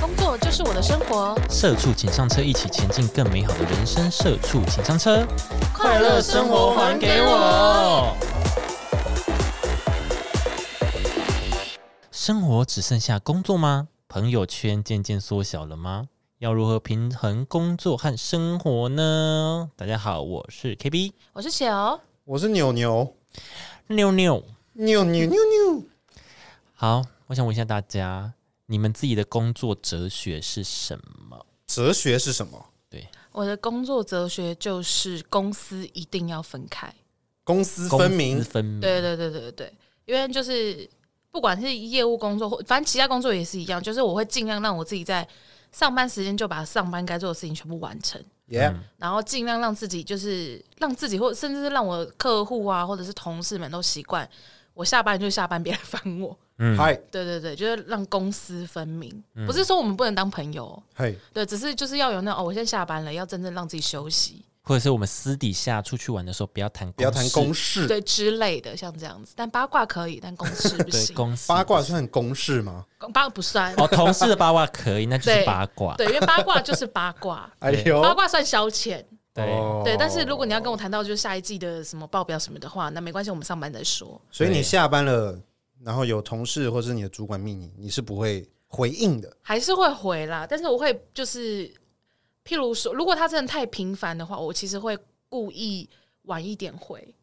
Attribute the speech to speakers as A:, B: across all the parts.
A: 工作就是我的生活，
B: 社畜请上车，一起前进更美好的人生。社畜请上车，
A: 快乐生活还给
C: 哦
A: 我。
B: 生活只剩下工作吗？朋友圈渐渐缩小了吗？要如何平衡工作和生活呢？大家好，我是 KB
A: 我是哦小
C: 我是牛牛
B: 六六。
C: 牛牛
A: 嗯
C: 牛牛，
B: 好，我想问一下大家，你们自己的工作哲学是什么？
C: 哲学是什么？
A: 我的工作哲学就是公司一定要分开。
C: 公私分
B: 公
C: 明
B: 私，分明，
A: 对对对对对对，因为就是不管是业务工作或反正其他工作也是一样，就是我会尽量让我自己在上班时间就把上班该做的事情全部完成，
C: 耶！
A: 然后尽量让自己就是让自己或甚至是让我客户啊或者是同事们都习惯。我下班就下班，别来烦我。
C: 嗨
A: 对对对，就是让公私分明，不是说我们不能当朋友哦、
C: 嗨，
A: 对，只是就是要有那种哦，我现在下班了，要真正让自己休息，
B: 或者是我们私底下出去玩的时候，不要谈
C: 不要谈公
B: 事，
C: 事，
A: 对之类的，像这样子。但八卦可以，但公事不
B: 对
A: 行，
B: 公司
C: 八卦算公事吗？，
A: 公八卦不算。
B: 哦，同事的八卦可以，那就是
A: 对
B: 八卦。
A: 对，因为八卦就是八卦
C: 哎
A: 八
C: 呦，
A: 卦算消遣。
B: 对
C: 哦
A: 对，但是如果你要跟我谈到就是下一季的什么报表什么的话，那没关系，我们上班再说。
C: 所以你下班了，然后有同事或是你的主管命你，你是不会回应的。
A: 还是会回啦，但是我会就是，譬如说，如果他真的太频繁的话，我其实会故意晚一点回。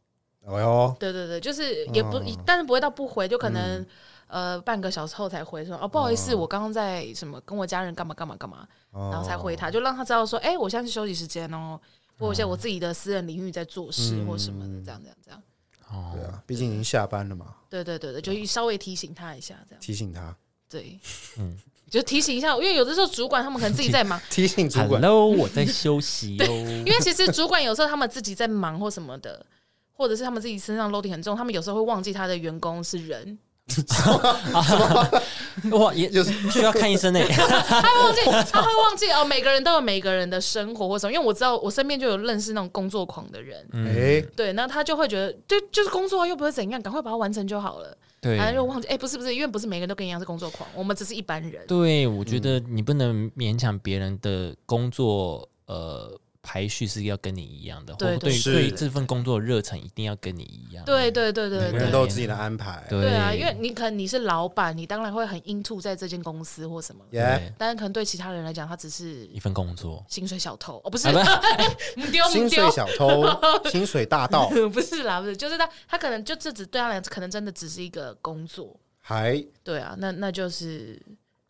C: 哎呦，
A: 对对对，就是也不，但是不会到不回，就可能、呃半个小时后才回说哦，不好意思，我刚刚在什么跟我家人干嘛干嘛干嘛，
C: 哦
A: 然后才回他，就让他知道说，哎、我现在是休息时间哦，或者我现在我自己的私人领域在做事或什么的，这样这样这样。
B: 哦
C: 对，啊，毕竟已经下班了嘛，
A: 对对对对，就稍微提醒他一下，这样
C: 提醒他，，
A: 对，
B: 嗯
A: 就提醒一下，因为有的时候主管他们可能自己在忙
C: 提醒主管。
B: Hello，我在休息哦哟。
A: 因为其实主管有时候他们自己在忙或什么的，或者是他们自己身上 loading 很重，他们有时候会忘记他的员工是人，
B: 哇，也需要看医生呢。欸
A: 他会忘记，他会忘记哦，每个人都有每个人的生活或什么。因为我知道我身边就有认识那种工作狂的人，
C: 哎，
A: 对，那他就会觉得，对，就是工作啊又不会怎样，赶快把它完成就好了。
B: 对
A: 反正就忘记，哎、不是不是，因为不是每个人都跟你一样是工作狂，我们只是一般人。
B: 对，我觉
C: 嗯
B: 得你不能勉强别人的工作，呃，排序是要跟你一样的，或
A: 对
B: 对
A: 对
C: 是
B: 对这份工作的热忱一定要跟你一样。
A: 对对对对
C: 每个
A: 对
C: 人都有自己的安排。
B: 对
A: 对啊，因为你可能你是老板，你当然会很 into 在这间公司或什么，
C: 耶，
A: 但是可能对其他人来讲，他只是
B: 一份工作，
A: 薪水小偷哦，不是，
B: 啊不 是
A: 唔丢
C: 薪
A: 唔
C: 水
A: 丢，
C: 小偷，薪水大盗，
A: 不是啦，不是，就是他他可能就这只对他来讲，可能真的只是一个工作。
C: 还
A: 对啊，那那就是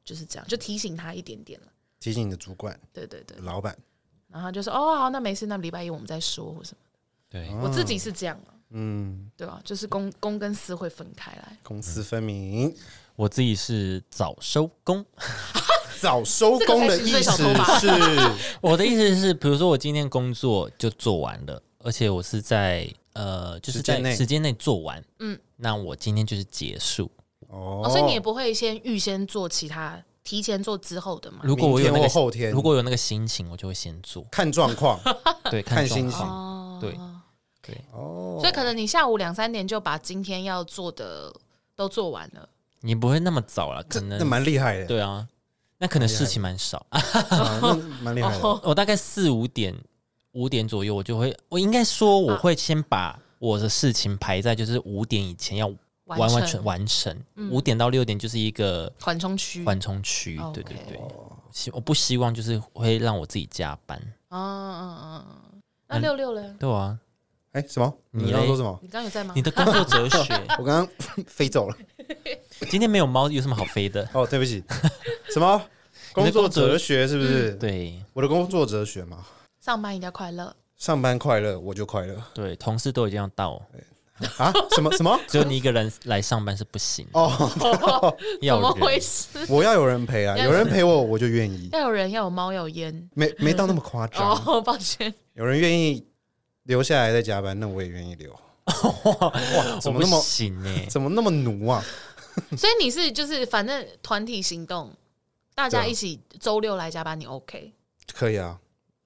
A: 就是这样，就提醒他一点点了。
C: 提醒你的主管、
A: 对对对，
C: 老板。
A: 然后他就说哦好，那没事，那礼拜一我们再说或什么。
B: 对，
C: 哦
A: 我自己是这样啊，
C: 嗯，
A: 对啊，就是公公跟私会分开来，
C: 公私分明。
B: 我自己是早收工。
C: 早收工的意思是，
B: 我的意思是，比如说我今天工作就做完了，而且我是在呃，就是
C: 时间
B: 在
C: 内
B: 时间内做完，
A: 嗯
B: 嗯，那我今天就是结束。
A: 哦，所以你也
C: 哦
A: 不会先预先做其他，提前做之后的嘛？
B: 如果我有那
C: 明
B: 个
C: 天或后天
B: 如果有那个心情，我就会先做。
C: 看 状况
B: 对，
C: 看
B: 状
C: 心
B: 况
C: 情
A: 哦
B: 对对，
C: 哦
A: 所以可能你下午两三点就把今天要做的都做完了，
B: 你不会那么早了，可
C: 这
B: 能
C: 那蛮厉害的，
B: 对啊，那可能
C: 厉害
B: 事情蛮少啊。
C: 啊，那蛮厉害的。
B: 我大概四五点五点左右，我就会，我应该说我会先把我的事情排在就是五点以前要完
A: 成
B: 完全完成，嗯五点到六点就是一个
A: 缓冲区
B: 缓冲区
A: OK，
B: 对对对，希我不希望就是会让我自己加班。
A: 嗯嗯嗯嗯，那六六呢？
B: 对啊，
C: 哎，什么？
B: 你
C: 你要
B: 嘞
C: 说什么？
A: 你刚刚有在吗
B: 你？的工作哲 学，
C: 我刚刚 飞走了。
B: 今天没有猫有什么好飞的？
C: 哦，对 不起。什么？工作哲学是不是？
B: 嗯对
C: 我的工作哲学嘛，
A: 上班一定要快乐，
C: 上班快乐我就快乐
B: 对，同事都已经要到，
C: 啊？什么什么？
B: 只有你一个人来上班是不行，
C: 哦，
B: 要
A: 怎么
B: 有
A: 回
B: 人。
A: 事？
C: 我要有人陪啊，有人陪我我就愿意，
A: 要有人，要有猫，要有烟。
C: 没 没到那么夸张。
A: 哦， 抱歉，
C: 有人愿意留下来再加班，那我也愿意留。哇，怎么那
B: 我
C: 么
B: 不行欸呢、
C: 怎么那么奴啊？
A: 所以你是就是反正团体行动，大家
C: 对啊
A: 一起周六来加班，你 OK？
C: 可以啊，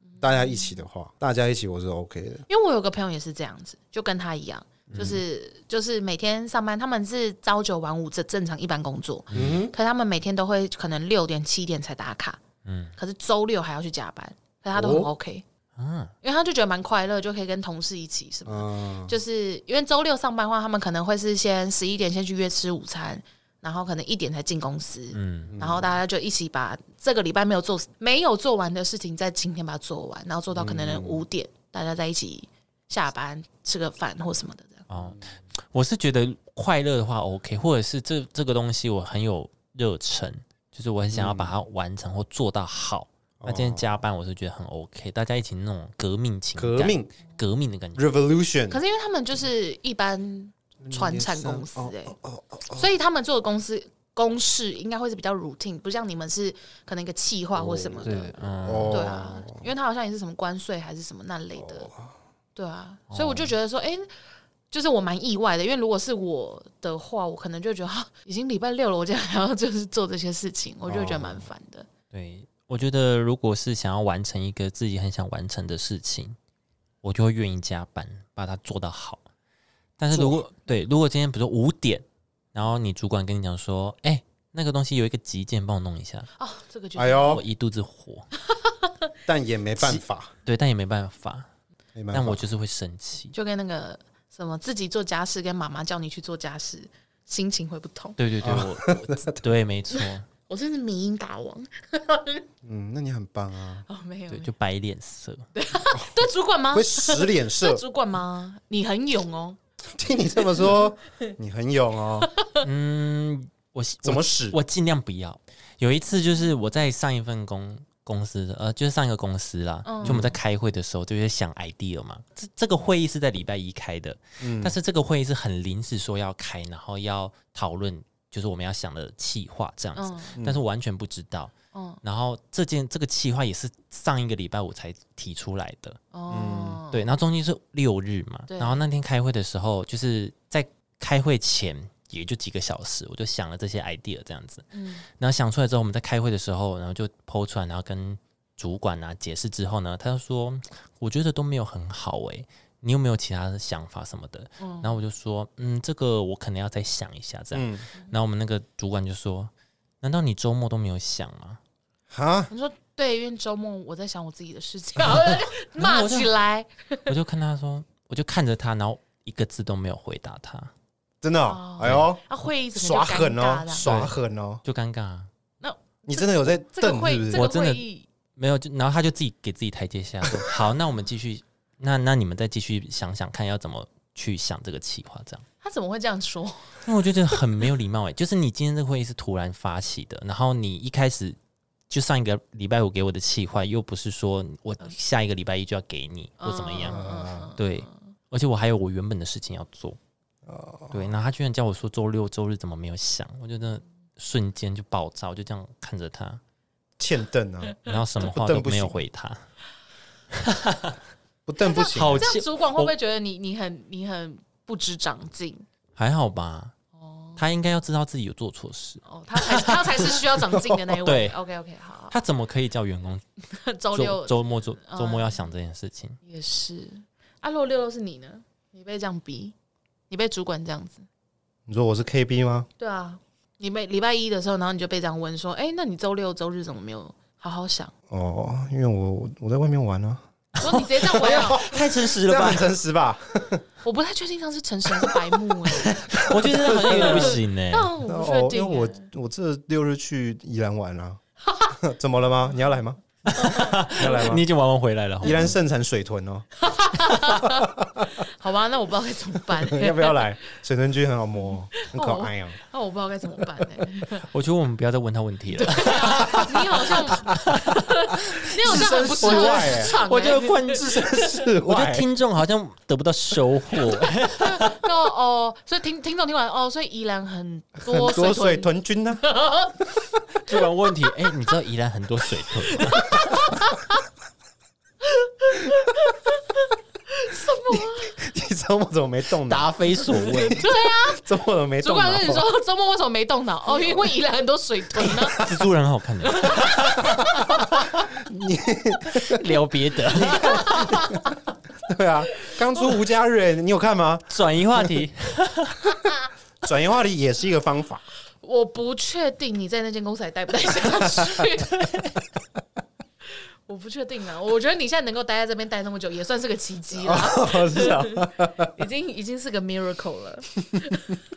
A: 嗯
C: 大家一起的话，大家一起我是 OK 的。
A: 因为我有个朋友也是这样子，就跟他一样，就是、就是每天上班，他们是朝九晚五，这正常一般工作，
C: 嗯，
A: 可是他们每天都会可能六点七点才打卡，
B: 嗯
A: 可是周六还要去加班，可是他都很
C: 哦
A: OK，、
B: 啊，
A: 因为他就觉得蛮快乐，就可以跟同事一起什么。
C: 嗯，
A: 就是因为周六上班的话，他们可能会是先十一点先去约吃午餐，然后可能一点才进公司，
B: 嗯，
A: 然后大家就一起把这个礼拜没有做没有做完的事情，在今天把它做完，然后做到可
B: 嗯
A: 能五点，大家在一起下班吃个饭或什么的这样。
B: 哦，我是觉得快乐的话 OK，或者是这这个东西我很有热忱，就是我很想要把它完成或做到好。
C: 哦
B: 那今天加班，我是觉得很 OK，大家一起那种革命情感、
C: 革命
B: 革命的感觉。
C: revolution，
A: 可是因为他们就是一般传产公司哎、所以他们做的公司公式应该会是比较 routine，不像你们是可能一个企划或什么的。
D: 对，
B: 嗯，
C: 哦
A: 对啊，因为他好像也是什么关税还是什么那类的，对啊，所以我就觉得说，哎、就是我蛮意外的，因为如果是我的话，我可能就觉得、啊、已经礼拜六了，我竟然还要就是做这些事情，我就觉得蛮烦的。
B: 对，我觉得如果是想要完成一个自己很想完成的事情，我就会愿意加班把它做到好。但是如果对，如果今天比如说五点，然后你主管跟你讲说，哎、那个东西有一个急件，帮我弄一下，
A: 哦，这个就、
C: 哎
A: 是
B: 我
C: 呦，
B: 一肚子火。
C: 但也没办法，
B: 对，但也没办法，
C: 没办
B: 但
C: 法
B: 我，就是会生气。
A: 就跟那个什么自己做家事，跟妈妈叫你去做家事，心情会不同。
B: 对对对，
C: 哦
B: 我我 对，没 错，
A: 我真是迷音大王
C: 嗯，那你很棒 啊，
A: 哦，没有
B: 对，
A: 没有
B: 就摆脸色。
A: 对主管吗
C: 会？使脸
A: 对
C: 色，
A: 啊主管吗？你很勇哦，
C: 听你这么 说，你很 勇哦，
B: 嗯，我希
C: 怎么使？
B: 我尽量不要。有一次就是我在上一份公公司的，呃，就是上一个公司啦，
A: 嗯
B: 就我们在开会的时候，就是想 idea 嘛。这这个会议是在礼拜一开的，
C: 嗯
B: 但是这个会议是很临时说要开，然后要讨论，就是我们要想的企划这样子。
A: 嗯
B: 但是我完全不知道，
A: 嗯
B: 然后这件这个企划也是上一个礼拜我才提出来的，
A: 哦，
B: 对，然后中间是六日嘛，
A: 对
B: 然后那天开会的时候，就是在开会前也就几个小时，我就想了这些 idea 这样子，
A: 嗯
B: 然后想出来之后，我们在开会的时候，然后就抛出来，然后跟主管啊解释之后呢，他就说，我觉得都没有很好诶、你有没有其他的想法什么的？
A: 嗯
B: 然后我就说，嗯，这个我可能要再想一下这样。
C: 嗯，
B: 然后我们那个主管就说，难道你周末都没有想吗？
C: 哈，
A: 你说对，因为周末我在想我自己的事情，然后就骂起来
B: 我就看他说，我就看着他，然后一个字都没有回答他，
C: 真的
A: 哦
C: 哦，哎呦，
A: 啊，会议怎么
C: 耍
A: 就尴
C: 狠
A: 尬
C: 哦，
A: 了？
C: 耍狠哦，
B: 就尴尬、啊。
C: 你真的有在
A: 这个
C: 瞪
A: 会
C: 是不
A: 这
C: 是？
A: 个
B: 我真的
A: 会议
B: 没有，就然后他就自己给自己台阶下，说 好，那我们继续，那那你们再继续想想看要怎么去想这个企划，这样。
A: 他怎么会这样说？
B: 因为我觉得很没有礼貌哎、 就是你今天这个会议是突然发起的，然后你一开始就上一个礼拜五给我的企划，又不是说我下一个礼拜一就要给你或怎么样，
A: 嗯嗯嗯
B: 啊对，而且我还有我原本的事情要做，对，然后他居然叫我说周六周日怎么没有想，我觉得瞬间就爆炸，我就这样看着他，
C: 欠 瞪啊，
B: 然后什么话
C: 不
B: 都
C: 瞪不
B: 没有
C: 行
B: 回他，
C: 不瞪不行，
B: 好
A: 这
B: 气
A: 样主管会不会觉得你你很你很不知长进？
B: 还好吧。他应该要知道自己有做错事，
A: 哦，他才他才是需要长进的那一位
B: 对。
A: OK OK，好，
B: 他怎么可以叫员工
A: 周
B: 周
A: 六
B: 周末做周末要想这件事情？
A: 也是。啊，如果六六是你呢？你被这样逼，你被主管这样子，
C: 你说我是 KB 吗？
A: 对啊，你被礼拜一的时候，然后你就被这样问说，哎，那你周六周日怎么没有好好想？
C: 哦，因为我我在外面玩啊，
A: 说你直接这样回啊，
B: 太诚实
C: 这样很？诚实吧？
A: 我不太确定他是诚实还是白目哎、欸，
B: 我觉得好像有点不行欸 呢、
A: 但我不确
C: 哦，
A: 定、
C: 因为我
A: 欸。
C: 我这六日去宜兰玩啊， 怎么了吗？你要来吗？你要来吗
B: 你已？经玩完回来了，
C: 宜兰盛产水豚哦，
A: 好吧，那我不知道该怎么 办、
C: 要不要来？水豚君很好摸哦，很可爱哦。
A: 那我不知道该怎么办哎、
B: 我觉得我们不要再问他问题 了。
A: 你好像， 你好像很不适合职场、欸。
B: 我觉得观，
C: 置身 事
B: 我觉
C: 外
B: 得，听众好像得不到收 获。
A: 那哦，所以听听众听完哦，所以宜兰很
C: 很
A: 多
C: 多水
A: 水豚，
C: 豚君呢，啊
B: 这个问题，哎、你知道宜兰很多水 豚吗？
C: 你周末怎么没动脑？
B: 答非所问，
C: 周末怎么没
A: 主
C: 动
A: 管跟你
B: 哦
C: 脑？哦
A: 说周末为什么没动脑？哦，因为宜兰很多水豚啊呢、
B: 蜘蛛人很好看 的。聊别的，
C: 对啊，刚出无家日、欸，你有看吗？
B: 转移话 题，
C: 转移话题也是一个方法。
A: 我不确定你在那间公司还待不待下去。 我不确定啊，我觉得你现在能够待在这边待那么久，也算是个奇迹了，
C: 哦，是啊，
A: 已经已经是个 miracle 了，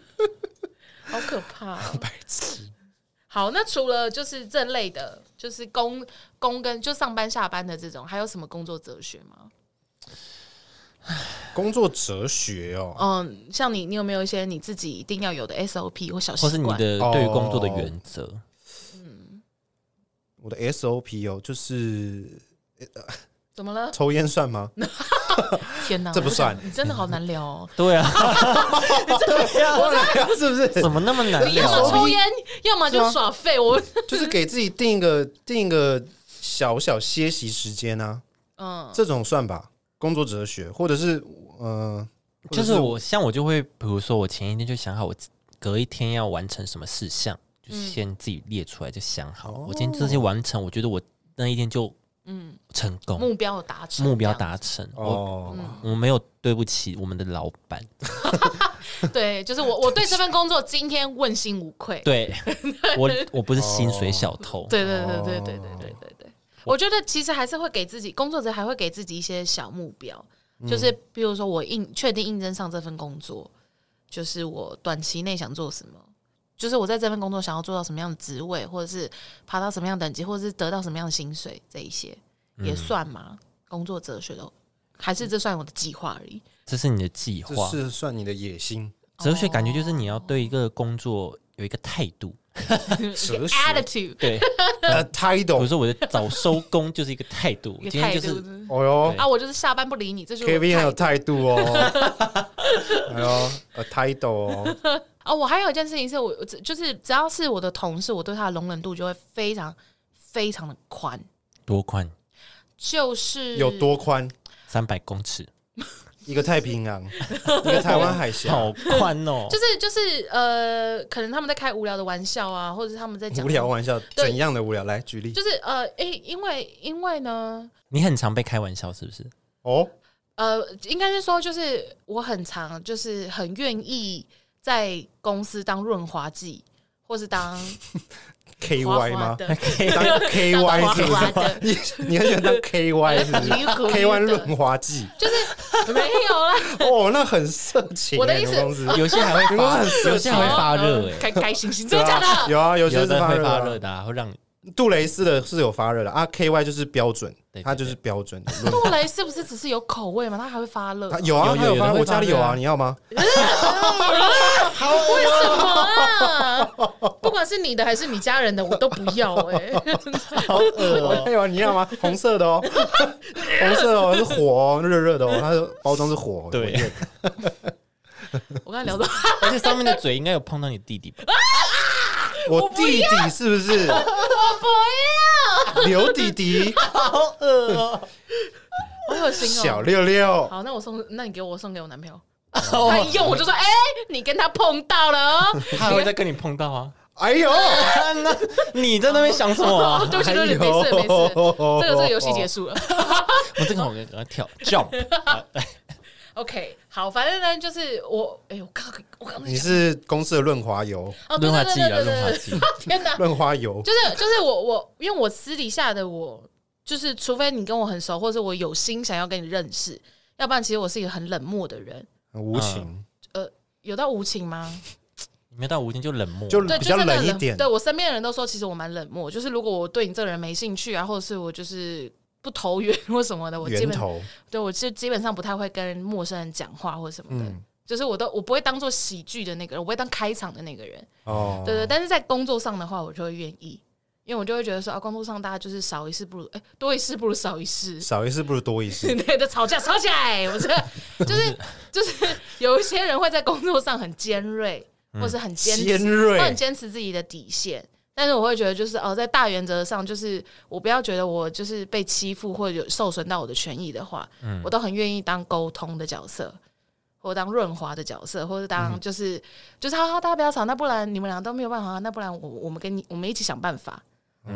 A: 好可怕、哦。
C: 白痴。
A: 好，那除了就是这类的，就是工工跟就上班下班的这种，还有什么工作哲学吗？
C: 工作哲学哦，
A: 嗯，像你，你有没有一些你自己一定要有的 SOP 或小习
B: 或是
A: 惯？
B: 你的对于工作的原则，
C: 我的 SOP 哦，就是
A: 怎么了？
C: 抽烟算吗？
A: 天哪，
C: 这不
A: 我想
C: 算
A: 你真的好难聊 哦。
B: 对啊，
C: 是不是？
B: 怎么那么难
A: 你要 么
B: 聊？啊
A: 抽 烟，要么就耍废。我
C: 就是给自己定一个定一个小小歇息时间啊，
A: 嗯，
C: 这种算吧。工作哲学，或者是呃，或
B: 就
C: 者
B: 是我像我就会，比如说我前一天就想好，我隔一天要完成什么事项，就
A: 嗯
B: 先自己列出来就想好，我今天这些完成，我觉得我那一天就
A: 嗯，
B: 成功，
A: 目标有达成，
B: 目标达成。我
C: 哦，
B: 我没有对不起我们的老板，
A: 这样子对，就是我我对这份工作今天问心无愧。
B: 对我我不是薪水小偷，
A: 对对对对对对对对对，我觉得其实还是会给自己工作者还会给自己一些小目标，
B: 嗯
A: 就是比如说我应确定应征上这份工作，就是我短期内想做什么。就是我在这份工作想要做到什么样的职位，或者是爬到什么样的等级，或者是得到什么样的薪水，这一些
B: 嗯
A: 也算吗？工作哲学的，还是这算我的计划而已？
B: 这是你的计
C: 这
B: 划。
C: 是算你的野心
B: 哲学感觉就是你要对一个工作有一个态度，
C: 哲学
A: attitude
B: 对，
C: 呃
B: 比如
C: ，title。
B: 说我的早收工就是一个态度，
A: 一
B: 今
A: 个态
B: 天就
A: 度
B: 是
C: 哦哟
A: 啊，我就是下班不理你，这就是我的
C: ，KV 很
A: 态度
C: 有态度哦， 哎呦，a title 哦，
A: 哦，我还有一件事情是我，我只就是只要是我的同事，我对他的容忍度就会非常非常的宽，
B: 多宽
A: 就是
C: 有多宽？
B: 三百公尺，
C: 一个太 平洋，一个台湾海峡，
B: 好宽 哦，
A: 就是就是呃，可能他们在开无聊的玩笑啊，或者是他们在讲
C: 无聊，玩笑，
A: 对
C: 怎样的无聊？来举例
A: 就是呃，诶、因为因为呢，
B: 你很常被开玩笑是不是？
C: 哦，
A: 呃，应该是说就是我很常就是很愿意在公司当润滑剂，或是 当
C: K
A: 滑
C: Y
A: 滑
C: 吗？
A: 的。
C: 当 K Y 是不
A: 滑滑的
C: 是？你你很喜欢当 K Y 是不是
A: 你可以
C: ？K Y
A: 的
C: 润滑剂
A: 就是没有 啦，
C: 哦，那很色情欸。
A: 我的意思
C: 你们公司
B: 有些还会
C: 你们
B: 发
C: 很，色
B: 有些还会发热哎，
A: 开开心心，真
C: 对
A: 的假
C: 啊，
A: 的？
C: 有啊，有些
B: 有
C: 是
B: 的会
C: 热
B: 发
C: 啊
B: 热的啊，会让你
C: 杜蕾斯的是有发热的啊，K Y 就是标准
B: 对，
C: 它
B: 对
C: 就是标准的润
A: 杜蕾是不是只是有口味嘛？它还会发热
C: 滑。它有啊，
B: 有
C: 它
B: 有有
C: 发
B: 的
C: 热，
B: 会
C: 我家里有
B: 发热
C: 啊，
B: 啊
C: 你要吗？
A: 为什么啊？ 不管是你的还是你家人的，我都不要哎、
C: 好恶 哦，有啊，你要吗？红色的哦，红色的哦是火哦，热热的哦，它的包装是火，哦
B: 对
C: 我觉得
A: 我刚才 聊到，
B: 而且上面的嘴应该有碰到你弟弟吧？
C: 我弟弟是不是
A: 我不
C: 刘弟 弟
A: 要，好恶心哦。
C: 小六六？
A: 好，那我送，那你给我，我送给我男朋友。 他一用我就说，哎、你跟他碰到了哦。
B: 哦他还会再跟你碰到啊？
C: 哎呦，
B: 那你在那边想什么 啊？
A: 哦对不起，对不起，
C: 哎呦
A: 没事没事，这个这个游戏结束 了。
B: 我这个我给他跳 jump，
A: OK，好，反正呢就是我，哎、我刚我刚
C: 你是公司的润滑油，
A: 哦，对对
B: 润滑
A: 对
B: 剂
A: 对
B: 啊，
A: 对
B: 润滑
A: 对
B: 剂。
A: 对，天哪，
C: 润滑油
A: 就是就是我我，因为我私底下的我，就是除非你跟我很熟，或者我有心想要跟你认识，要不然其实我是一个很冷漠的人，
C: 很无
B: 嗯
C: 情，
A: 有到无情吗？
B: 你没有到无情就冷漠，
C: 就
A: 对，
C: 比
A: 就
C: 较
A: 真的
C: 冷一点。
A: 对我身边的人都说，其实我蛮冷漠，就是如果我对你这个人没兴趣啊，或者是我就是不投缘 或什么的，我基
C: 源
A: 本
C: 头，
A: 对我就基本上不太会跟陌生人讲话或什么的。
C: 嗯，
A: 就是我都我不会当做喜剧的那个人，我不会当开场的那个人，
C: 哦，
A: 对对。但是在工作上的话，我就会愿意，因为我就会觉得说啊，工作上大家就是少一事不如哎、多一事不如少一事，
C: 少一事不如多一事，
A: 对的，吵架吵起来，我是就是就是有一些人会在工作上很尖锐，或是很坚
C: 尖
A: 持，
C: 锐
A: 或很坚持自己的底线。但是我会觉得，就是哦，在大原则上，就是我不要觉得我就是被欺负或者有受损到我的权益的话，我都很愿意当沟通的角色，或当润滑的角色，或者当就是、就是好好大家不要吵，那不然你啊们俩都没有办法，那不然我我们跟你我们一起想办法、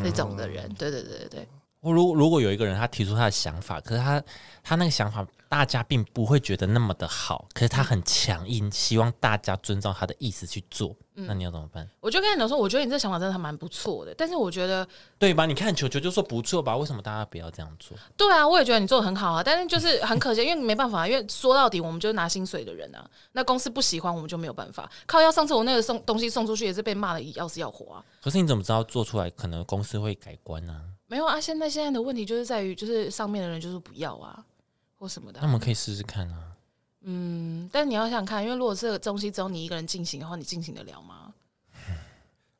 A: 这种的人，对对对对对，
B: 我如如果有一个人他提出他的想法，可是他他那个想法大家并不会觉得那么的好，可是他很强硬，希望大家遵照他的意思去做，
A: 嗯
B: 那你要怎么办？
A: 我就跟他讲说，我觉得你这想法真的还蛮不错的，但是我觉得，
B: 对吧？你看球球就说不错吧，为什么大家不要这样做？
A: 对啊，我也觉得你做的很好啊，但是就是 很可惜，因为没办法，因为说到底我们就是拿薪水的人啊，那公司不喜欢我们就没有办法。靠，要上次我那个送东西送出去也是被骂的要死要活啊，
B: 可是你怎么知道做出来可能公司会改观呢、
A: 没有啊。现在现在的问题就是在于，就是上面的人就是不要啊，或什么的啊、
B: 那我们可以试试看啊。
A: 嗯，但你要想想看，因为如果这个东西只有你一个人进行的话，你进行得了 吗？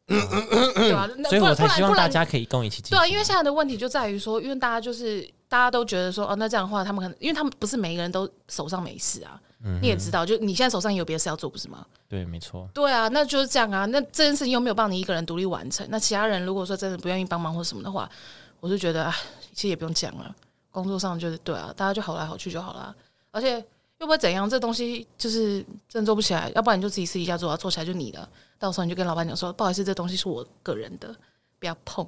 A: 对啊，那
B: 所以
A: 不
B: 我
A: 然不
B: 才
A: 然
B: 希
A: 不
B: 望
A: 然
B: 大家可以跟我一起进
A: 对
B: 行。
A: 啊，因为现在的问题就在于说，因为大家就是大家都觉得说，哦，那这样的话，他们可能，因为他们不是每一个人都手上没事啊，你也知道，就你现在手上也有别的事要做，不是吗？
B: 对，没 错，
A: 对啊，那就是这样啊。那这件事情又没有帮你一个人独立完成，那其他人如果说真的不愿意帮忙或什么的话，我就觉得，哎，其实也不用讲了，工作上就是对啊，大家就好来好去就好了，而且。又不会怎样，这东西就是真的做不起来，要不然你就自己私底下做啊，做起来就你的，到时候你就跟老板娘说，不好意思，这东西是我个人的，不要碰。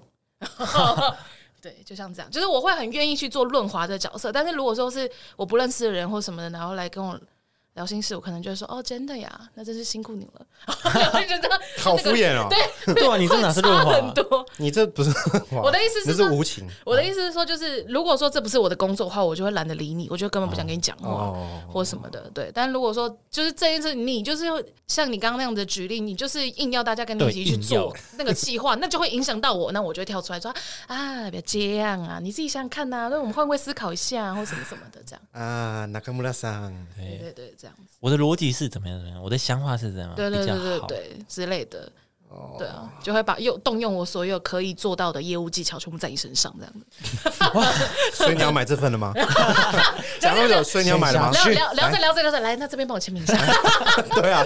A: 对，就像这样，就是我会很愿意去做润滑的角色，但是如果说是我不认识的人或什么的，然后来跟我聊心事，我可能就会说哦，真的呀，那真是辛苦你了， 就这样
C: 好敷衍哦！
B: 对啊，你这哪是润
A: 差
B: 滑
A: 很
B: 啊？
A: 多。
C: 你这不是
A: 我的意思是
C: 你这是
A: 说，
C: 无情
A: 我的意思是说，就是如果说这不是我的工作的话，我就会懒得理你，我就根本不想跟你讲话。
C: 哦。
A: 或什么的，对。但如果说就是这件事，你就是像你刚刚那样的举例，你就是硬要大家跟你一起去
B: 对硬要
A: 做那个计划，那就会影响到我，那我就会跳出来说啊，别这样啊，你自己想想看呐、那我们换位思考一下、或什么什么的，这样。
C: 啊，那个木拉桑，
A: 对
B: 对，
A: 对对，这样子，
B: 我的逻辑是怎么样怎么样，我的想法是怎样
A: 对对
B: 啊比较
A: 对对
B: 好。哦
A: 对之类的。对啊，就会把用动用我所有可以做到的业务技巧，全部在你身上这样子。
C: 所以你要买这 份了吗？讲那么久，所以你要买了吗？
A: 聊聊聊着聊着聊着，来，那这边帮我签名一下，
C: 对啊，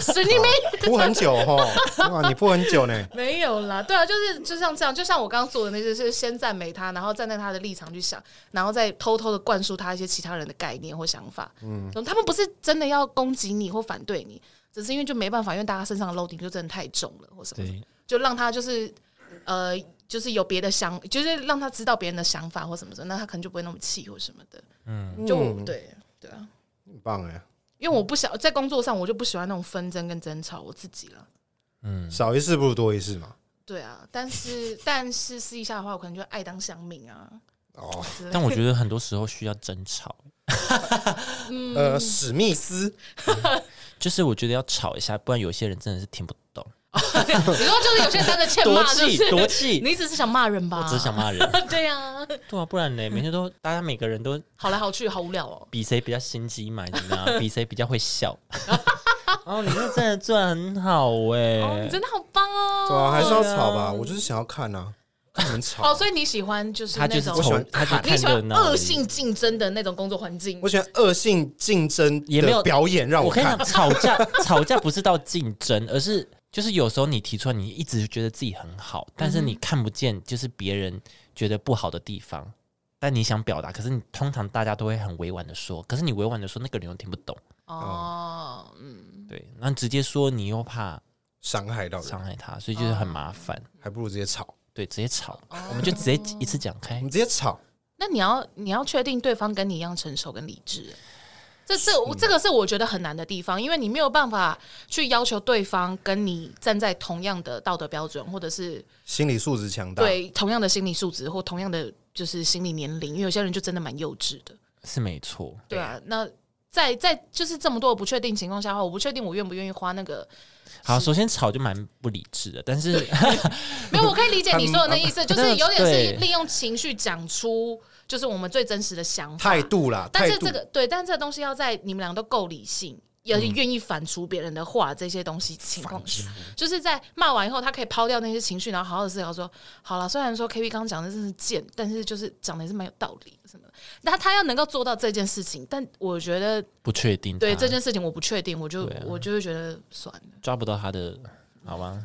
A: 神经病。
C: 铺很久哦，哇，你铺很久呢。
A: 没有啦，对啊，就是就像这样，就像我刚刚做的那些，是先赞美他，然后站在他的立场去想，然后再偷偷的灌输他一些其他人的概念或想法。嗯，他们不是真的要攻击你或反对你，只是因为就没办法，因为大家身上的 loading 就真的太重了，或什么 的，
B: 对，
A: 就让他就是呃，就是有别的想，就是让他知道别人的想法或什么的，那他可能就不会那么气或什么的。 嗯，就我对对啊，
C: 很棒哎，
A: 因为我不想在工作上，我就不喜欢那种纷争跟争吵，我自己了。
B: 嗯，
C: 少一事不如多一事嘛。
A: 对啊，但是 但是私底下的话，我可能就爱当乡民啊
C: 哦，
A: 之类
B: 但
A: 的。
B: 我觉得很多时候需要争吵，
C: 呃，史密斯，
B: 就是我觉得要吵一下，不然有些人真的是听不懂，
A: 你说就是有些人 真的欠
B: 多
A: 骂，就
B: 气
A: 是
B: 多气，
A: 你只是想骂人吧？
B: 我只想。骂人。
A: 对啊，
B: 对啊，不然呢？每天都大家每个人都
A: 好来好去，好无聊 哦。
B: 比谁比较心机嘛，你知道吗比谁比较会笑。 哦，你这真的做的很好哎、
A: 哦，你真的好棒哦。
C: 对啊，还是要吵
B: 对啊
C: 吧。我就是想要看啊，看你们吵。
A: 哦，所以你喜欢就是
B: 他
A: 那
B: 就是
A: 种
C: 喜
B: 从
C: 欢
B: 他就
A: 你
B: 看
A: 喜
B: 热
A: 欢
B: 闹而已，
A: 恶性竞争的那种工作环境
C: 我。喜欢恶性竞争
B: 也没有
C: 的表演让
B: 我跟你
C: 看
B: 讲，。吵架吵架不是到竞争，而是就是有时候你提出来，你一直觉得自己很好，但是你看不见就是别人觉得不好的地方，但你想表达，可是你通常大家都会很委婉的说，可是你委婉的说，那个人又听不懂，
A: 哦，嗯，
B: 对，那直接说你又怕
C: 伤害到人
B: 伤，害他，所以就是很麻烦，
C: 还不如直接吵。
B: 对，直接吵，我们就直接一次讲开
C: 我们。直接吵，
A: 那你要你要确定对方跟你一样成熟跟理智。这这这个是我觉得很难的地方，因为你没有办法去要求对方跟你站在同样的道德标准，或者是
C: 心理素质强大。，
A: 对同样的心理素质或同样的就是心理年龄，因为有些人就真的蛮幼稚的，
B: 是没错，
A: 对啊。那在在就是这么多的不确定情况下的话，我不确定我愿不愿意花那个，
B: 好，首先吵就蛮不理智的，但是
A: 没有，我可以理解你说的那意思，就是有点
B: 对
A: 是利用情绪讲出就是我们最真实的想法
C: 态度啦，
A: 但
C: 态
A: 是
C: 度嗯
A: 这。个对，但这个东西要在你们俩都够理性，也
B: 嗯
A: 愿意反刍别人的话，这些东西情况下， 就是在骂完以后，他可以抛掉那些情绪，然后好好的思考说，好了，虽然说 K B 刚刚讲的真是贱，但是就是讲的也是蛮有道理的什么的。那他要能够做到这件事情，但我觉得
B: 不确定他，
A: 对这件事情我不确定，我就、
B: 啊对啊
A: 我就会觉得算了，
B: 抓不到他 的，好吧，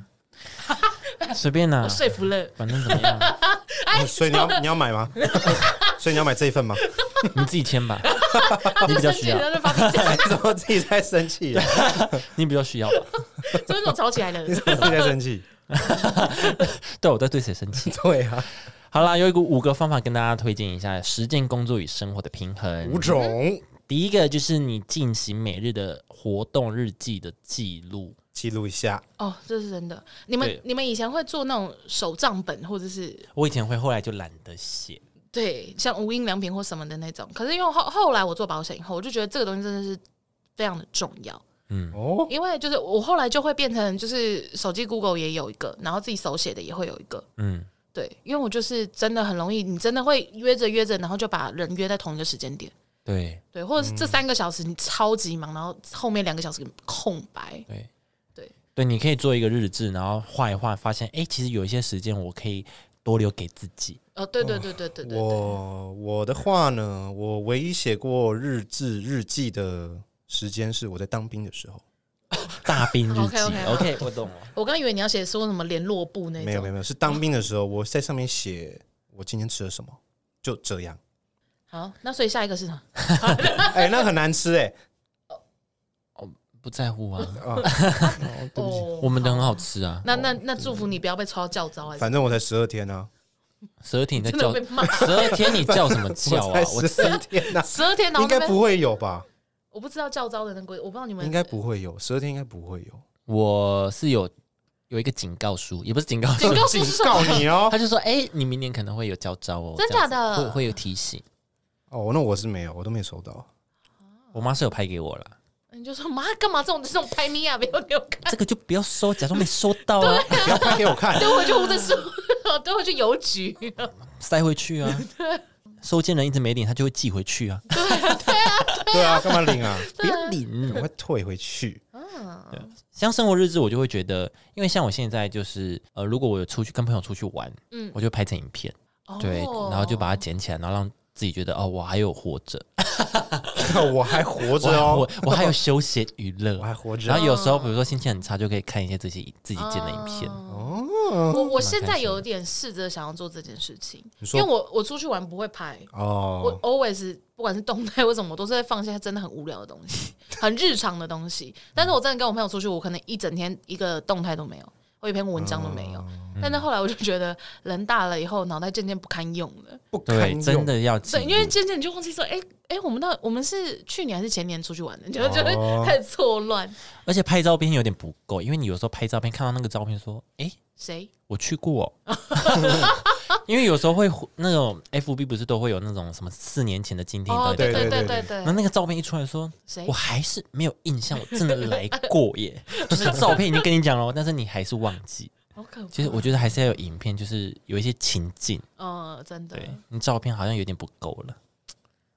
B: 随便啦、
A: 我说服 了。
B: 反正怎么样，
C: 嗯所以你要你要买吗？ 所以你要买这一份吗？
B: 你自己签吧，你
A: 就
B: 比较
A: 生
B: 需
A: 气
B: 要
A: 了，就发脾气，
C: 怎么自己在生气啊？
B: 你比较需要吧。
A: 就是那种吵起来了。
C: 自己在生气？
B: 对，我在对谁生气？
C: 对啊，
B: 好啦，有一个五个方法跟大家推荐一下，实践工作与生活的平衡。
C: 五种
B: 第一个就是你进行每日的活动日记的记录，
C: 记录一下，
A: 哦，这是真的。你们
B: 对
A: 你们以前会做那种手账本，或者是
B: 我以前会，后来就懒得写。
A: 对像无印良品或什么的那种。可是因为后后来我做保险以后，我就觉得这个东西真的是非常的重要。
B: 嗯，
C: 哦，
A: 因为就是我后来就会变成就是手机 Google 也有一个，然后自己手写的也会有一个。
B: 嗯，
A: 对，因为我就是真的很容易，你真的会约着约着，然后就把人约在同一个时间点。
B: 对
A: 对，或者
C: 嗯
A: 是这三个小时你超级忙，然后后面两个小时空白。
B: 对
A: 对
B: 对，你可以做一个日志，然后画一画，发现哎、诶其实有一些时间我可以多留给自己。
A: 呃，对对对对对对对，
C: 哦我我的话呢，我唯一写过日志日记的时间是我在当兵的时候，
B: 大兵日 记
A: 哦 OK，OK，好
B: 我懂了。
A: 我刚以为你要写说什么联络部那
C: 没有
A: 种
C: 没有没有，是当兵的时候，我在上面写我今天吃了什么，就这样。
A: 好，那所以下一个是什么？
C: 哎、那很难吃哎、
B: 不在乎啊，
C: 啊，对不起
A: 哦
B: 我们的很好。吃啊。
A: 那那那祝福你不要被抄教招，还是
C: 反正我才十二天啊，
B: 十二天你在
A: 真的
B: 叫
A: 有被骂
B: 十二天你叫什么叫
C: 我
B: 啊
C: 才？
B: 我
C: 十二天啊，
A: 十二天？然后
C: 应
A: 那
C: 该
A: 边
C: 不会有吧？
A: 我不知道教招的那个，我不知道你们
C: 应该不会有，十二天应该不会有。
A: 哦
B: 我是有有一个警告书，也不是警告
A: 警
B: 书，
A: 告书是
C: 警
A: 什么
C: 告你哦！
B: 他就说哎、诶你明年可能会有交招哦，
A: 真
B: 这样子
A: 假的
B: 会会有提醒。
C: 哦，那我是没有，我都没收到。
B: 我妈是有拍给我了，
A: 呃你就说妈干嘛这种这种拍咪啊，不要给我看，
B: 这个就不要收，假装没收到啊，
C: 不要拍给 我看，
A: 等我去物证处， 等我去邮局。
B: 塞回去 啊。收件人一直没领，他就会寄回去啊，
C: 对啊，干嘛领啊？
B: 不要领
C: 赶。快退回去。
A: 嗯
B: 像生活日志，我就会觉得，因为像我现在就是，呃，如果我有出去跟朋友出去玩，
A: 嗯，哦
B: 我就拍成影片，对，然
C: 嗯
B: 后就把它捡起来，然后让自己觉得哦，我还有活着，
A: 哦
C: 我还活着
B: 我还
C: 哦
B: 我，啊我还有休闲娱乐
C: 我，还活着
B: 然。后有时候，比如说心情很差，就可以看一些这些自己剪的影片。
A: 哦。我我现在有点试着想要做这件事情，
C: 你
A: 因为
C: 说
A: 我我出去玩不会拍，我
C: 哦，
A: always 不管是动态或什么，我都是在放下真的很无聊的东西，很日常的东西。但是我真的跟我朋友出去，我可能一整天一个动态都没有，我一篇文章都
C: 哦
A: 没有。但是后来我就觉得，人大了以后，脑袋渐渐不堪用了。
C: 不堪
B: 对，
C: 用
B: 真的要记
A: 对，
B: 录
A: 因为渐渐你就忘记说，哎、哎、我们到我们是去年还是前年出去玩的，就
C: 哦
A: 就会开始错乱。
B: 而且拍照片有点不够，因为你有时候拍照片看到那个照片说，哎、
A: 谁？
B: 我去过、哦， 因为有时候会那种 FB 不是都会有那种什么四年前的今天
A: 哦
B: 到，底
A: 对
B: 在
A: 对
B: 哪，
C: 对
A: 对对
C: 对对
A: 对
B: 那，那个照片一出来说，
A: 谁
B: 我？还是没有印象，我真的来过耶，就是照片已经跟你讲了，但是你还是忘记。
A: 好可怕。
B: 其实我觉得还是要有影片，就是有一些情境，
A: 嗯，真的
B: 对。你照片好像有点不够了。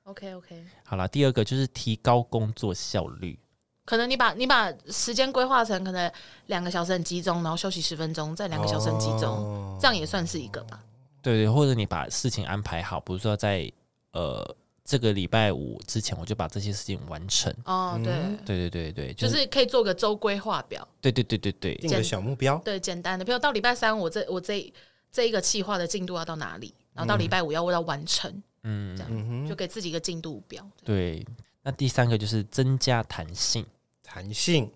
A: OK OK，
B: 好啦，第二个就是提高工作效率。
A: 可能你把你把时间规划成可能两个小时很集中，然后休息十分钟，再两个小时很集中，
C: 哦
A: 这样也算是一个吧。
B: 对对，或者你把事情安排好，比如说在呃这个礼拜五之前，我就把这些事情完成。
A: 哦，对，
B: 嗯对对对对，
A: 就
B: 就是、
A: 是可以做个周规划表，
B: 对对对对对
C: 定个小目标，
A: 对，简单的，比如到礼拜三我这我这这一个计划的进度要到哪里，然后到礼拜五要要完成，
B: 嗯
A: 这样
C: 嗯
A: 就
C: 哼，
A: 给自己一个进度表。
B: 对。那第三个就是增加弹性，
C: 弹性，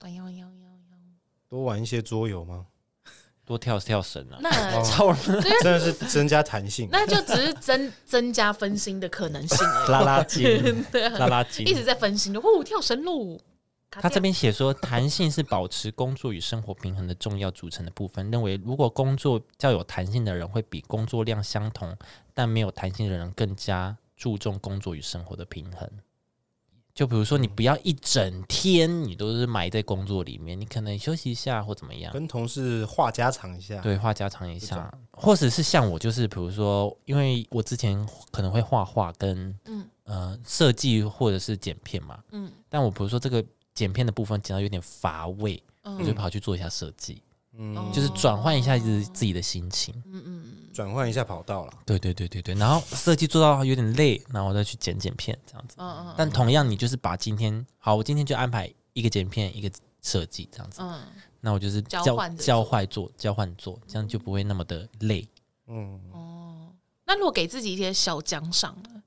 A: 哎呦哎呦哎呦
C: 多玩一些桌游吗？
B: 多跳跳绳啊。
A: 那
B: 超
C: 真的是增加弹性。
A: 那就只是增增加分心的可能性而已，啊
B: 拉拉 筋，拉拉筋
A: 一。直在分心，就哦跳绳路。卡
B: 他这
A: 掉
B: 边写说，弹性是保持工作与生活平衡的重要组成的部分。认为如果工作较有弹性的人，会比工作量相同但没有弹性的人更加注重工作与生活的平衡。就比如说，你不要一整天你都是埋在工作里面，你可能休息一下或怎么样，
C: 跟同事话家常一下，
B: 对，话家常一
C: 啊这
B: 下
C: 种，
B: 或者是像我，就是比如说，因为我之前可能会画画跟
A: 嗯
B: 呃设计或者是剪片嘛，
A: 嗯
B: 但我比如说这个剪片的部分剪到有点乏味，我就
A: 嗯
B: 跑去做一下设计，
A: 哦
C: 嗯，
B: 就是转换一下自自己的心情。
A: 嗯嗯，
C: 转换一下跑道了。
B: 对对对对对，然后设计做到有点累，然后我再去剪剪片这样子。
A: 嗯嗯
B: 但同样，你就是把今天好，我今天就安排一个剪片，一个设计这样子，
A: 嗯，
B: 那我就是
A: 交
B: 交
A: 换着
B: 交换做交换做，这样就不会那么的累。
C: 嗯，
A: 哦，那如果给自己一些小奖赏呢？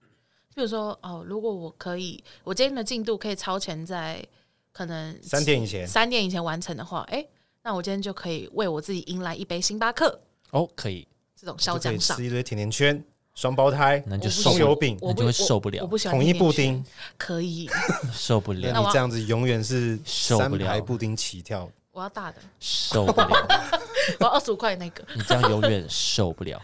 A: 比如说，哦，如果我可以，我今天的进度可以超前在可能
C: 三点以前
A: 三点以前完成的话，哎、那我今天就可以为我自己迎来一杯星巴克。
B: 哦，可以，
A: 这种小
C: 就可
A: 奖
C: 以
A: 赏
C: 吃。一堆甜甜圈、双胞胎、
B: 那你就
A: 我不
B: 受
C: 葱
B: 不
C: 油
B: 了，
C: 饼、
A: 我
B: 那
A: 不
B: 就
A: 我
B: 会受不了
A: 我不喜欢
C: 统一
A: 甜
C: 布
A: 甜圈
C: 丁，，
A: 可以，
B: 受不了
A: 那
C: 那，你
A: 我
C: 这样子永远是
B: 受不
C: 三
B: 了
C: 排布丁起跳。
A: 我要大的，
B: 受不了，
A: 我要二十五块那个，
B: 你这样永远受不了。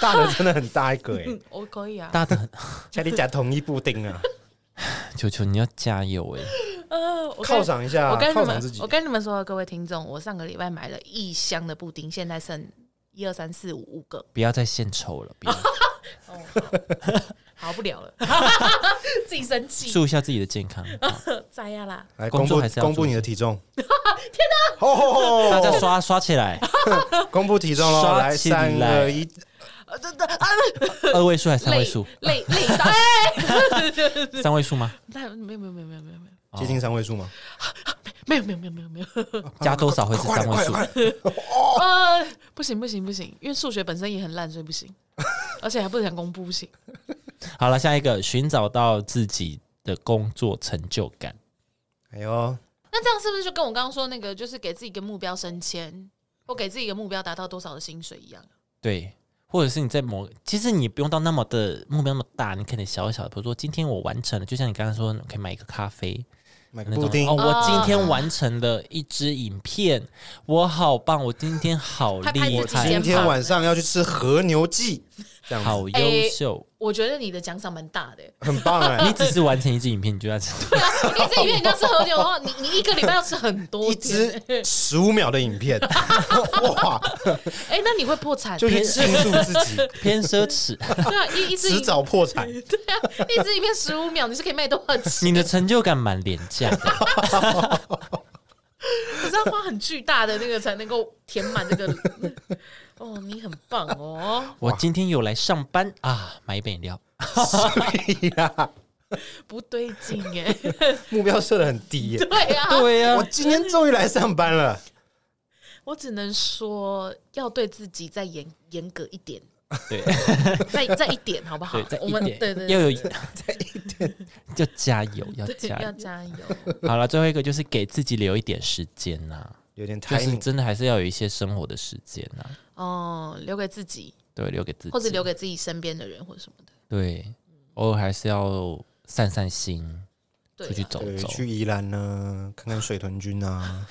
C: 大的真的很大一个 哎、欸，
A: 我可以啊。
B: 大的很，
C: 家里夹统一布丁啊，
B: 球球你要加油哎、
A: 呃，我跟
C: 犒赏一下
A: 我，跟你
C: 犒赏自
A: 们
C: 己，
A: 我。跟你们说，各位听众，我上个礼拜买了一箱的布丁，现在剩一二三四五五个，
B: 不要再献丑了，不要
A: 好不了 了，自己生气，
B: 注意一下自己的健 康。
A: 哦
B: 好
A: 摘呀啦！
C: 来
B: 工
C: 公
B: 作
C: 布
B: 还是要
C: 公布
B: 做
C: 你的体 重。天 哪！哦，
B: 大家刷刷起来，
C: 公布体重喽，
B: 刷
C: 来
B: 起
C: 三
B: 来
C: 二一，
A: 呃，真的啊，
B: 二位数还是三
A: 累
B: 位数？
A: 累 累到哎，
B: 三位数吗？
A: 那没有没有没有没有没有没有
B: 哦
C: 接近三位数吗？
A: 没有没有没有没有没有，
B: 加多少会是
C: 快
B: 三位
C: 点快
B: 数
C: 点？快点！
A: 呃， 不行不行不行，因为数学本身也很烂，所以不行，而且还不想公布，不行。
B: 好了，下一个，寻找到自己的工作成就感。
C: 哎呦，
A: 那这样是不是就跟我刚刚说那个，就是给自己一个目标升迁，或给自己一个目标达到多少的薪水一样？
B: 对，或者是你在某，其实你不用到那么的目标那么大，你可能小小的，比如说今天我完成了，就像你刚刚说，可以买一个咖啡
C: 买个
B: 那
C: 布
B: 种。
C: 丁
B: 哦，，我今
A: 哦
B: 天完成了一支影片，我好棒，我今天好
A: 拍拍
B: 厉
A: 自己
B: 害，
A: 肩
C: 今天
A: 膀
C: 晚上要去吃和牛记，这样子
B: 好优秀。
A: 我觉得你的奖赏蛮大的、欸
C: 很棒哎
B: 你。只是完成 一支影片，你就 要
A: 你这里面你要吃和牛的话，你你一个礼拜要吃很多
C: 一
A: 天
C: 支十五秒的 影片，哇，
A: 哎、那你会破产？
C: 就
A: 对
C: 去庆祝自 己，
B: 偏奢侈。
A: 啊，一一支
C: 迟
A: 一
C: 早破产。
A: 对啊，一支一片十五秒，你是可以卖多少钱？
B: 你的成就感蛮廉 价的，
A: 可是要花很巨大的那个才能够填满这个。哦，你很棒哦，
B: 我今天有来上班啊，买一杯饮料。
C: 对呀，
A: 不对劲哎，
C: 目标设的很低耶。
A: 对啊，
B: 对呀、
C: 我今天终于来上班 了，
A: 我只能说要对自己再严严格一点，
B: 对
A: 再再一点好不好
B: 对，？再
A: 我
B: 一
A: 们
B: 点，
A: 对对
B: 要
A: 对，
B: 有再一点，就加油， 要
A: 对
B: 加
A: 要
B: 油。
A: 加油。
B: 好了，最后一个就是给自己留一点时间呐、
C: 有点
B: 就
C: 太
B: 是真的还是要有一些生活的时间呐、
A: 哦，留给自己，
B: 对，留给自己，
A: 或者留给自己身边的人，或者什么的。
B: 对，偶尔还是要散散心，
A: 对啊、
B: 出去走
C: 对，
B: 走，
C: 去宜兰呢，看看水豚 君啊，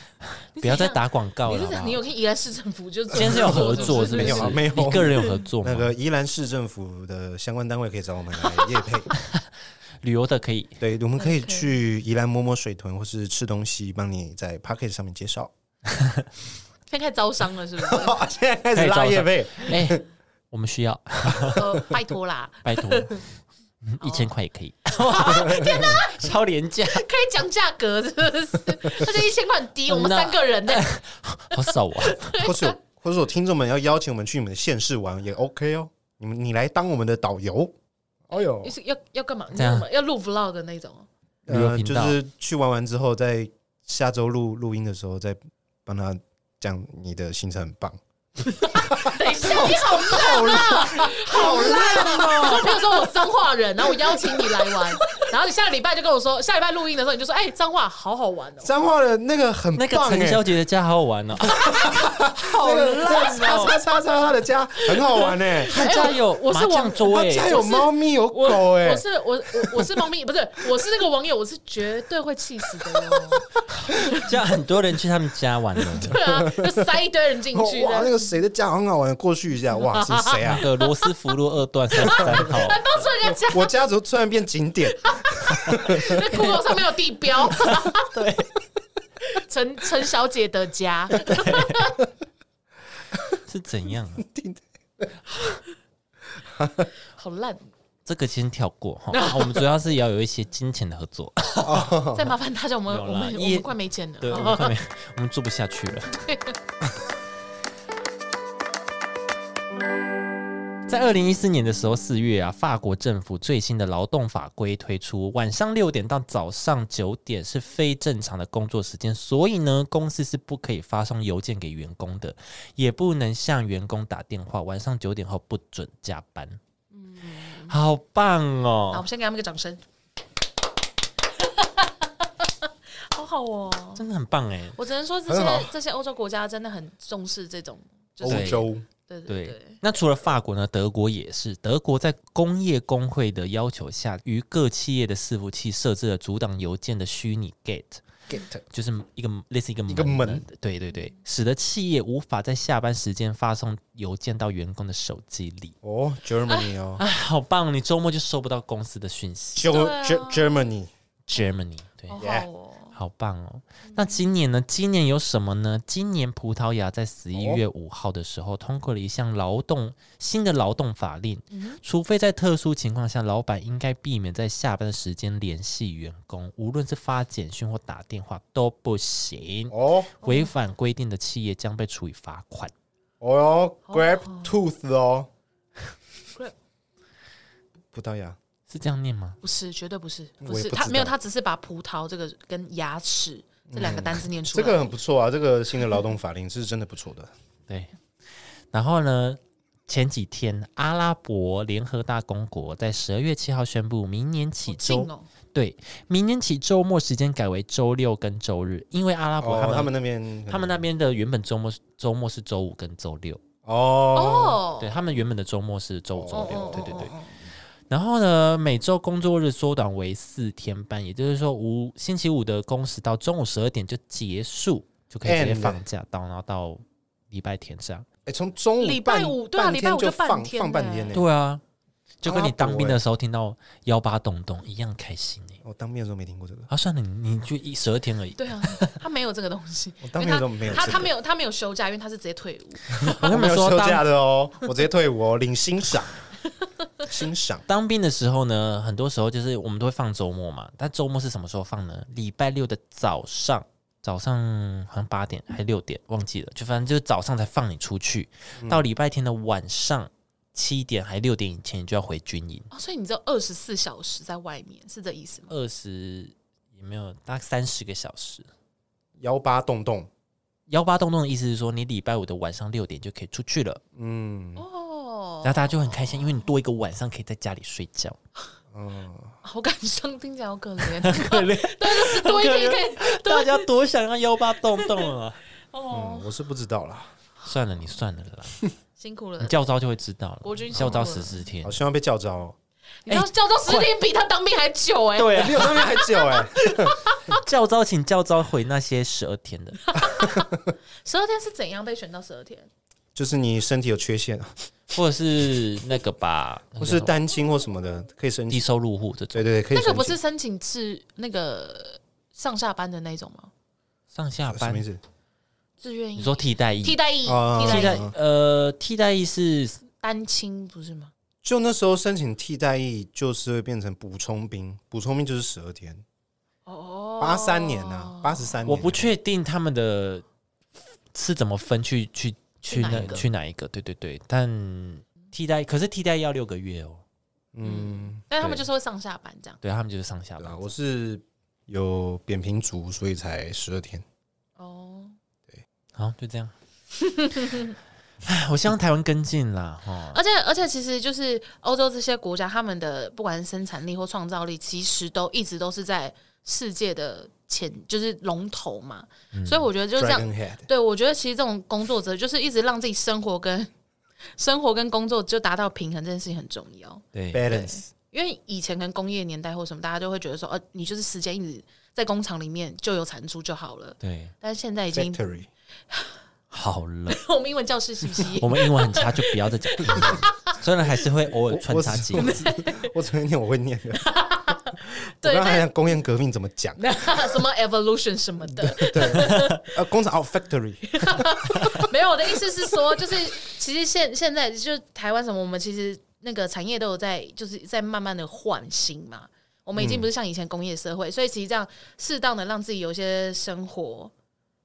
A: 你
B: 不要
A: 怎
B: 再
A: 样
B: 打广告
A: 你
B: 了
A: 是
B: 好不
A: 想
B: 好
A: 你有跟宜兰市政府就
B: 今天是有 合作，是
A: 不
B: 不是？
C: 没有啊没有
B: 你个人有合作吗？
C: 那个宜兰市政府的相关单位可以找我们 来夜配。
B: 旅游的可 以，
C: 对，我们可以
A: OK
C: 去宜兰摸摸水豚，或是吃东西，帮你在 p a c k a g e 上面 介绍。
A: 现在开始招商了，是不 是？
C: 现在开
B: 始拉业
C: 配，
B: 哎、我们需要，
A: 呃，拜托啦，
B: 拜 托，嗯一
A: 啊
B: 千块也可以。 天哪，超廉价，
A: 可以讲价格是不是？而且一千块很低，我们
B: 那
A: 三个人 的，
B: 好少啊！
C: 或是有或是有听众们要邀请我们去你们的县市玩也 OK 哦。你们你来当我们的导游，
B: 哎
C: 哦哟
A: 你，是要要干嘛？你知
B: 这样
A: 道吗？要录 vlog 的那 种。
B: 旅游
C: 呃，
B: 频
C: 就
B: 道
C: 是去玩完之后，在下周录录音的时候再帮他讲你的行程很棒。
A: 等一下，你好烂啊！好烂啊！就比如说我彰化人，然后我邀请你来玩，然后你下个礼拜就跟我说，下礼拜录音的时候你就说，哎，彰化好好 玩哦。
C: 彰化的那个很
B: 那个
C: 棒
B: 陈
A: 欸
C: 哎，
B: 小姐的家好好玩哦，
A: 哎
C: 那个叉叉叉叉他的家很好玩哎，
B: 她家有
A: 我我
B: 麻
A: 是
B: 将桌
C: 他
B: 哎，
C: 家有猫咪有
A: 我
C: 狗哎
A: 我，是我我我是猫咪，不是我是那个网友，我是绝对会气死的哦。
B: 这样很多人去他们家玩了。
A: 对啊，就塞一堆人进去
C: 哇，那
A: 的。
C: 个谁的家很好玩，过去一下，哇，是谁啊
B: 那？个罗斯福路二段三十三 号，
A: 还爆出人家家，
C: 我家族突然变景点，
A: 那 Google 上面有地标。对， 陈陈小姐的家，
B: 是怎样啊？
A: 好烂。
B: 这个先跳过哈。啊我们主要是要有一些金钱的合作，
C: 哦
A: 再麻烦大家，我们
B: 没有
A: 我
B: 啦
A: 们我
B: 一
A: 们快没钱了。
B: 对，哦我们快没，我们做不下去了。 在二零一四年的时候，四月啊，法国政府最新的劳动法规推出，晚上六点到早上九点是非正常的工作时间，所以呢，公司是不可以发送邮件给员工的，也不能向员工打电话，晚上九点后不准加班。好棒哦！
A: 好，我们先给他们一个掌声。 好好哦，
B: 真的很棒哎、
A: 我只能说这
C: 很
A: 些
C: 好
A: 这些欧洲国家真的很重视这种，就是
C: 欧洲
A: 对对
B: 对，
A: 对，
B: 那除了法国呢，德国也是。德国在工业工会的要求下，于各企业的伺服器设置了阻挡邮件的虚拟 gate，
C: get
B: 就是一个类似一个
C: 一个
B: 门的
C: 门，
B: 对对对，使得企业无法在下班时间发送邮件到员工的手机里。
C: 哦，Germany 哦
B: 哎，好棒！你周末就收不到公司的讯息。
C: ，Ge
A: 对啊
C: Ge- Germany
B: Germany，对，
A: 好
C: Yeah
A: 好哦，
B: 好棒哦！那今年呢？今年有什么呢？今年葡萄牙在十一
C: 哦
B: 月五号的时候通过了一项劳动新的劳动法令，
A: 嗯
B: 除非在特殊情况下，老板应该避免在下班时间联系员工，无论是发简讯或打电话都不行。
C: 哦
B: 违反规定的企业将被处以罚款。
C: 哦哟
A: 哦
C: ，Grab Tooth 哦
A: Grab
C: 葡萄牙
B: 是这样念吗？
A: 不是，绝对不是，
C: 我也
A: 不是
C: 不
A: 他
C: 知
A: 没有，
C: 道嗯
A: 他只是把葡萄这个跟牙齿这两个单字念出
C: 这
A: 来。
C: 个很不错啊，这个新的劳动法令是真的不 错的。
A: 嗯
B: 对。然后呢，前几天阿拉伯联合大公国在十二月七号宣布，明年起
A: 好
B: 周、
A: 近哦，
B: 对，明年起周末时间改为周六跟周日，因为阿拉伯他
C: 哦，
B: 们、
C: 他们那边
B: 他们那边的原本周末是周末是周五跟周六，
C: 哦
A: 哦，
B: 对他们原本的周末是周五周
C: 哦
B: 六，
C: 哦
B: 对对
C: 哦
B: 对。然后呢，每周工作日缩短为四天半，也就是说五星期五的工时到中午十二点就结束，就可以直接
C: End
B: 放假到然后到礼拜天这样。
C: 哎，从中午
A: 礼拜
C: 半
A: 五对啊
C: 半
A: 礼拜五
C: 就
A: 就半
C: 放
A: 天
C: 放半
A: 呢
C: 天呢。
B: 对啊，就跟
C: 阿
B: 你
C: 拉伯
B: 当兵
C: 欸
B: 的时候听到幺八洞洞一样开心欸
C: 我当面的时候没听过这个，
B: 啊，算了，你你就一十二天而已。
A: 对啊，他没有这个东西，
C: 我
A: 因
C: 当
A: 为
C: 面的
A: 他
C: 时候没有
A: 他他没有
C: 这个
A: 他没有休假，因为他是直接退伍。
B: 我跟
C: 我
B: 你
C: 没
B: 们
C: 有
B: 说，
C: 休
B: 当
C: 假的哦，我直接退伍哦，领 欣赏，欣赏
B: 当兵的时候呢，很多时候就是我们都会放周末嘛。但周末是什么时候放呢？礼拜六的早上，早上好像八点还六点，忘记了，就反正就是早上才放你出去。到礼拜天的晚上七点还六点以前，你就要回军营。
A: 哦，所以你只有二十四小时在外面，是这意思吗？
B: 二十有没有？大概三十个小时。
C: 幺八洞洞，
B: 幺八洞洞的意思是说，你礼拜五的晚上六点就可以出去了，
C: 嗯
A: 哦
B: 然后，大家就很开心，因为你多一个晚上可以在家里睡觉。
C: 嗯，
A: 好感伤，听起来好可怜。
B: 可怜，
A: 多一天可以
B: 大家多想要幺八洞洞啊！
A: 哦，
C: 嗯我是不知道啦，
B: 算了，你算了啦。
A: 辛苦
B: 你
C: 嗯
A: 了。
B: 教招就会知道了，
A: 国军
B: 教招
A: 辛苦
B: 十
A: 了
B: 四天
C: 好，希望被叫招哦，
A: 你知道教到十天比他当兵还久哎。
C: 对，比我当兵还久哎，
B: 教招请教招回那些十二天的，
A: 十二天是怎样被选到十二天？
C: 就是你身体有缺陷啊，
B: 或者是那个吧，
C: 或是单亲或什么的，可以申
B: 低
C: 请，
B: 收入户这种
C: 对对对，可以
A: 那
C: 申请，
A: 个不是申请制那个上下班的那种吗？
B: 上下
C: 什么意
B: 班。
C: 思？
A: 志愿
B: 你
A: 役、
B: 说替代役，
A: 替代役、
C: 哦
A: 替代
B: 替代
A: 役、
B: 呃替代役是
A: 单亲不是吗？
C: 就那时候申请替代役，就是会变成补充兵，补充兵就是十二天，
A: 哦，
C: 八三年啊呐，八十三，
B: 我不确定他们的是怎么分去去
A: 去
B: 去
A: 哪
B: 那
A: 一个
B: 去哪一个，对对对，但替代可是替代役要六个月哦，
C: 嗯，
A: 但他们
B: 对
A: 就是会上下班这样。
B: 对他们就是上下
C: 对
B: 班
C: 啊，，我是有扁平足，所以才十二天。
A: 哦，
B: 好就这样。 唉我希望台湾跟进啦，哦，
A: 而且而且，其实就是欧洲这些国家，他们的不管是生产力或创造力，其实都一直都是在世界的前，就是龙头嘛。所以我觉得就是这样。
C: Dragon Head，
A: 对，我觉得其实这种工作者就是一直让自己生活跟生活跟工作就达到平衡，这件事情很重要。
B: 对
C: balance，
A: 因为以前可能工业年代或什么，大家就会觉得说，呃，你就是时间一直在工厂里面就有产出就好了。
B: 对，
A: 但是现在已 经，
C: factory，
B: 好了。
A: 我们英文教室是不是？
B: 我们英文很差，就不要再 讲英文。虽然还是会偶尔穿插几个字，
C: 我怎么念我会念 的。
A: 对
C: 我刚才还想工业革命怎么讲，
A: 什么 evolution 什么的，
C: 呃，工厂 哦 factory，
A: 没有，我的意思是说，就是其实现现在就是台湾什么，我们其实那个产业都有在，就是在慢慢的换新嘛。我们已经不是像以前工业社会，所以其实这样适当的让自己有一些生活，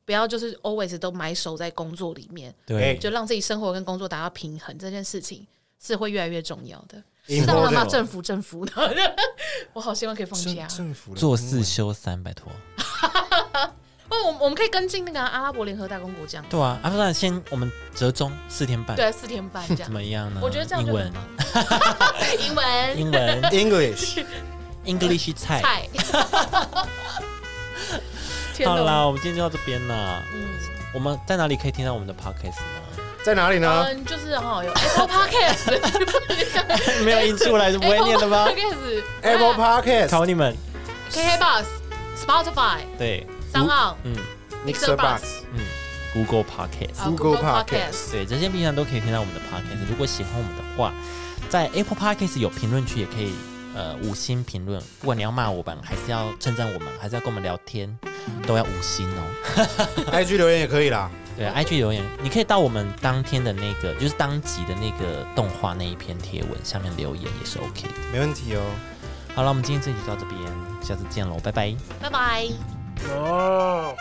A: 不要就是 always 都埋首在工作里面，
B: 对，
C: 哎
A: 就让自己生活跟工作达到平衡，这件事情是会越来越重要的。
C: Important
A: 适当的骂政府，政府， 我好希望可以放啊
C: 政
A: 假。
C: 政府的
B: 做四休三，拜托。
A: 哦，我们我们可以跟进那个啊阿拉伯联合大公国这样，
B: 对啊，啊，不然先我们折中四天半，
A: 对，四天半这 样
B: 怎。么样呢？
A: 我觉得这样
B: 英
A: 就很
B: 文，啊
A: 棒。英文
B: 英 文
C: English，
B: ，English 菜。
A: 菜。天
B: 好
A: 哪
B: 啦，我们今天就到这边了。
A: 嗯，
B: 我们在哪里可以听到我们的 podcast 呢？
C: 在哪里呢？
A: 嗯，就是哦，有 Apple Podcast，
B: 没有印 出
A: 哎
B: 来是不会念的
A: 啊
B: 吗
A: Podcast
C: Apple Podcast、
B: 考你们，
A: KK Bus、Spotify、
B: 对，
A: 三号、
B: 嗯
C: Mixer Box、
B: 嗯，Google Podcast，
A: 啊
C: Google
A: Podcast。
B: 对，这些平台都可以听到我们的 Podcast。如果喜欢我们的话，在 Apple Podcast 有评论区也可以。呃，五星评论，不管你要骂我们，还是要称赞我们，还是要跟我们聊天，都要五星哦。
C: IG 留言也可以啦。
B: 对，IG 留言，你可以到我们当天的那个，就是当集的那个动画那一篇贴文下面留言也是 OK 的。
C: 没问题哦。
B: 好了，我们今天这集就到这边，下次见喽，拜拜。
A: 拜拜。
C: 哦。